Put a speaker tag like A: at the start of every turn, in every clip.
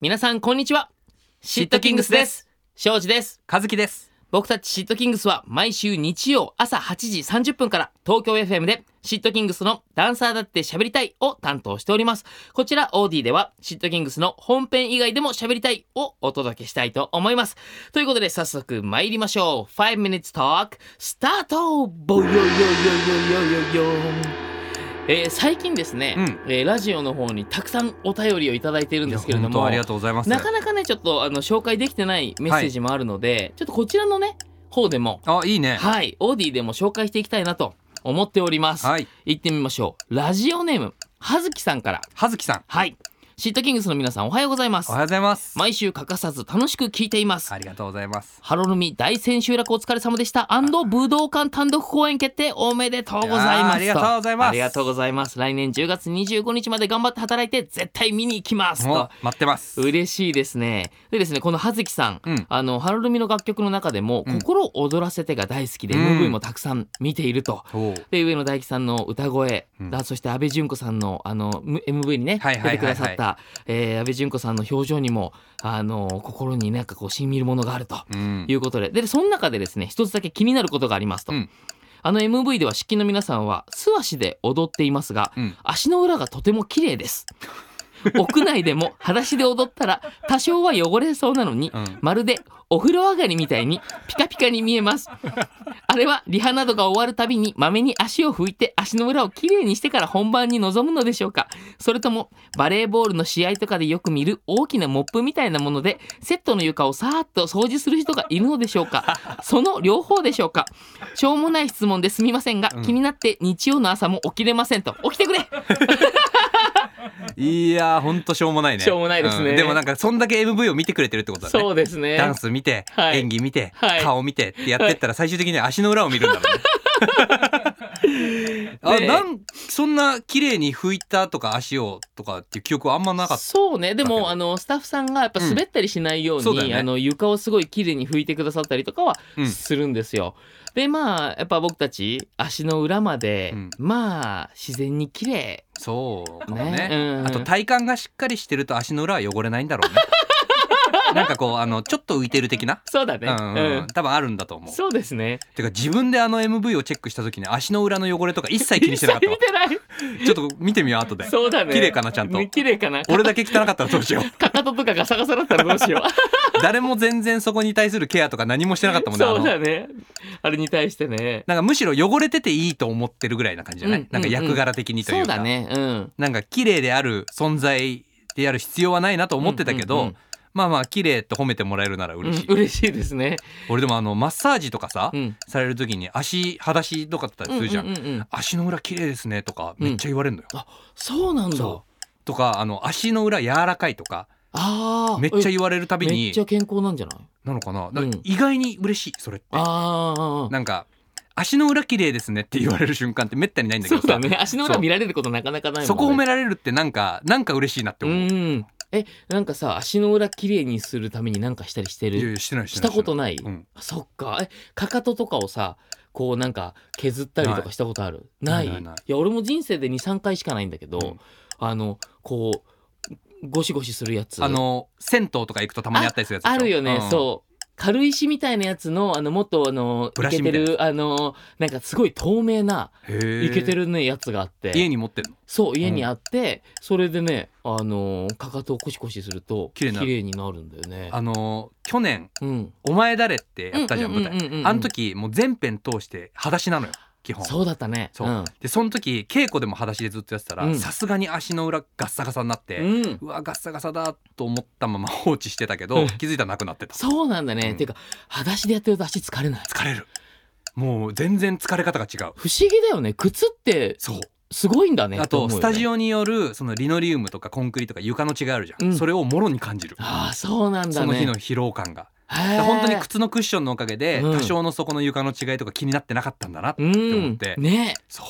A: 皆さんこんにちはシットキングスです庄司です
B: 和樹です
A: 僕たちシットキングスは毎週日曜朝8時30分から東京 FM でシットキングスのダンサーだって喋りたいを担当しておりますこちらオーディではシットキングスの本編以外でも喋りたいをお届けしたいと思いますということで早速参りましょう5 minutes talk スタートボヨヨヨヨヨヨヨえー最近ですね、
B: うん
A: えーラジオの方にたくさんお便りをいただいているんですけれど
B: いや本当
A: も
B: ありがとうございます
A: なかなかねちょっとあの紹介できてないメッセージもあるので、ちょっとこちらのね方でも
B: あいいね
A: はいオーディでも紹介していきたいなと思っております、
B: はい
A: 行ってみましょうラジオネームはずきさんから
B: 葉月さん
A: はいシットキングスの皆さんおはようございます
B: おはようございます
A: 毎週欠かさず楽しく聞いています、
B: ありがとうございます
A: ハロルミ大千秋楽お疲れ様でした武道館単独公演決定おめでとうございます
B: いやーありがとうございます
A: ありがとうございます来年10月25日まで頑張って働いて絶対見に行きます
B: も
A: と
B: う待ってます
A: 嬉しいですね。でですね、この葉月さん、
B: うん
A: あの、ハロルミの楽曲の中でも、
B: うん
A: 心を躍らせてが大好きで、
B: うん
A: MV もたくさん見ていると。
B: おう
A: で、上野大樹さんの歌声、
B: うん
A: だそして安倍純子さんの、あの、む MV にね、
B: はいはいはいは
A: 出て
B: い
A: くださった、えー安倍純子さんの表情にも、あの、心になんかこう、しみるものがあると。
B: うん
A: いうことで。で、その中でですね、一つだけ気になることがありますと。
B: うん
A: あの MV では式の皆さんは素足で踊っていますが、
B: うん
A: 足の裏がとても綺麗 です。屋内でも裸足で踊ったら多少は汚れそうなのに、
B: うん
A: まるでお風呂上がりみたいにピカピカに見えます。あれはリハなどが終わるたびにまめに足を拭いて足の裏をきれいにしてから本番に臨むのでしょうかそれともバレーボールの試合とかでよく見る大きなモップみたいなものでセットの床をさーっと掃除する人がいるのでしょうかその両方でしょうかしょうもない質問ですみませんが、
B: うん
A: 気になって日曜の朝も起きれませんと起きてくれ
B: いやーほんとしょうもないね
A: しょうもないですね
B: んでもなんかそんだけ MV を見てくれてるってことだね
A: うですね
B: ダンス見て、
A: はい
B: 演技見て、
A: はい
B: 顔見てってやってったら最終的には足の裏を見るん だろうね。あ
A: ねえ
B: なんそんな綺麗に拭いたとか足をとかっていう記憶はあんまなかっ
A: そうねで
B: だけ
A: も
B: ど
A: あのスタッフさんがやっぱ滑ったりしないよう
B: うんそうだ
A: に、
B: よね
A: あの床をすごい綺麗に拭いてくださったりとかは
B: うん
A: するんですよ。でまあやっぱ僕たち足の裏まで、
B: うん
A: まあ自然に綺麗
B: たそうかも
A: ね
B: ね
A: うん
B: あと体幹がしっかりしてると足の裏は汚れないん だろうねなんかこうあのちょっと浮いてる的な、
A: そうだね、
B: うん
A: う
B: うん
A: ん
B: 多分あるんだと思う
A: そうですね。
B: てか自分であの MV をチェックした時に足の裏の汚れとか一切気にしてな かったわ
A: 見てない。
B: ちょっと見てみよう後で
A: そうだね。
B: 綺麗かなちゃんと
A: ね綺麗かな。
B: 俺だけ汚かったらどうしよう
A: かかととかガサガサだったらどうし よう。
B: 誰も全然そこに対するケアとか何もしてなかったもんね。あ
A: そう
B: の
A: だね。あれに対してね。
B: なんかむしろ汚れてていいと思ってるぐらいな感じじゃない、
A: うん
B: なんか役柄的にとい
A: そうう
B: か。
A: だね。うん。
B: なんか綺麗である存在である必要はないなと思ってたけど、
A: うんうんうん
B: まあまあ綺麗って褒めてもらえるなら嬉しい。
A: うん嬉しいですね。
B: 俺でもあのマッサージとかさ、
A: うん。
B: される時に足裸足とかだったりするじゃん。
A: うんうんうんうん
B: 足の裏綺麗ですねとかめっちゃ言われるのよ。
A: そうなんだ。
B: そうとかあの足の裏柔らかいとか
A: ああ。
B: めっちゃ
A: え
B: 言われるたび
A: めっ
B: に
A: ちゃ健康なんじゃない。
B: なのかな
A: うん
B: 意外に嬉しいそれって。
A: ああ。
B: なんか足の裏綺麗ですねって言われる瞬間ってめったにないんだけ
A: そ
B: ど
A: う
B: さ
A: だね。足の裏
B: そう
A: 見られることなかなかないもんね。
B: そこを褒められるってなんかなんか嬉しいなって
A: う
B: 思う。い
A: ん。え、なんかさ、足の裏きれいにするためになんかしたりして
B: やい
A: る
B: やしてない
A: し
B: してない
A: たことない、
B: うん
A: あそっか。え、かかととかをさ、こうなんか削ったりとかしたことあるな
B: ない
A: いい
B: ないない
A: や、俺も人生で2、3回しかないんだけど、
B: うん
A: あの、こう、ゴシゴシするやつ。
B: あの銭湯とか行くとたまにあったりするやつでしょ
A: あるよね、
B: うん
A: そう。軽石みたいなやつの、あの、もっと、あの、
B: ブラシ
A: イケて
B: みた
A: る、あの、なんかすごい透明な、
B: へー
A: いけてるね、やつがあって。
B: 家に持ってるの
A: そう家にあって、それでねあのーかかとをコシコシすると
B: 綺麗になる
A: になるんだよね。
B: あの去年
A: うん、
B: 「お前誰?」ってやったじゃん舞台
A: 台
B: あの時もう全編通して裸足なのよ基本
A: そうだったね。
B: そう
A: うん
B: でその時稽古でも裸足でずっとやってた
A: う
B: ら
A: ん
B: さすがに足の裏ガッサガサになって、
A: うん
B: うわガッサガサだと思ったまま放置してたけど、
A: うん
B: 気づいたらなくなってた
A: そうなんだね。
B: うん
A: ていうか裸足でやってると足疲れない。
B: 疲れるもう全然疲れ方が違う
A: 不思議だよね。靴って
B: そう
A: すごいんだね。
B: あとスタジ
A: オ
B: オによるそのリノリウムとかコンクリとか床の違いあるじゃん、
A: うん
B: それをもろに感じる
A: ああそうなんだね。
B: その日の疲労感が、だ
A: へ
B: か
A: ー
B: ら本当に靴のクッションのおかげで
A: うん
B: 多少の底の床の違いとか気になってなかったんだな、
A: うん
B: 思って
A: ね
B: そ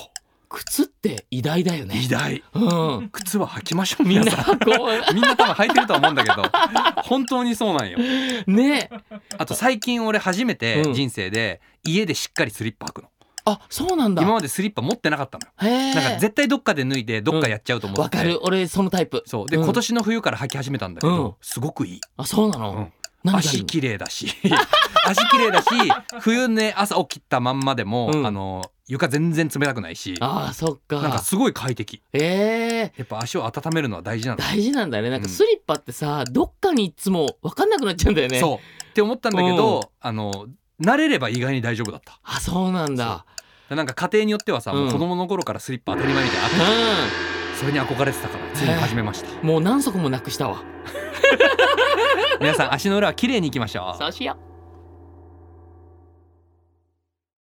A: 靴って偉大だよ
B: う
A: ね。
B: 偉大
A: うん。
B: 靴は履きましょう
A: みん
B: 皆
A: な
B: さん
A: こ
B: みんな多分履いてるとは思うんだ けど本当にそうなんよ
A: うね
B: あと最近俺初めて
A: うん
B: 人生で家でしっかりスリッパ履くの、
A: あそうなんだ
B: 今までスリッパ持ってなかったのよ
A: へえ
B: だから絶対どっかで脱いでどっかやっちゃうと思
A: わ
B: って
A: かる俺そのタイプ
B: そうで、
A: うん
B: 今年の冬から履き始めたんだけど、
A: うん
B: すごくいい
A: あそうなの、
B: うん
A: 何がいいの
B: 足綺麗だし 足綺麗だし冬ね朝起きたまんまでも、
A: うん
B: あの床全然冷たくないしな
A: ああそっか
B: んかすごい快適
A: ええ
B: やっぱ足を温めるのは大事なんだ、
A: 大事なんだねなんか
B: うん
A: スリッパってさ、どっかにいつも分かんなくなっちゃうんだよね
B: そうって思ったんだけど、
A: うん
B: あの慣れれば意外に大丈夫だった
A: あそうなんだ
B: なんか家庭によってはさ、もう
A: うん
B: 子供の頃からスリッパ当たり前みたいなのあったじゃんそれに憧れてたからついに始め ました
A: うんもう何足もなくしたわ
B: 皆さん足の裏は綺麗にいきましょう
A: そうしよう